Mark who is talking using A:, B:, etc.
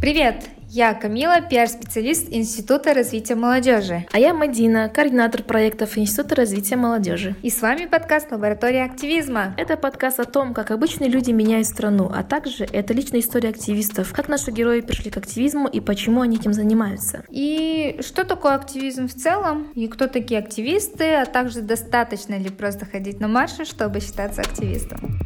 A: Привет! Я Камила, пиар-специалист Института развития молодежи.
B: А я Мадина, координатор проектов Института развития молодежи.
A: И с вами подкаст «Лаборатория активизма».
B: Это подкаст о том, как обычные люди меняют страну, а также это личная история активистов, как наши герои пришли к активизму и почему они этим занимаются.
A: И что такое активизм в целом, и кто такие активисты, а также достаточно ли просто ходить на марши, чтобы считаться активистом.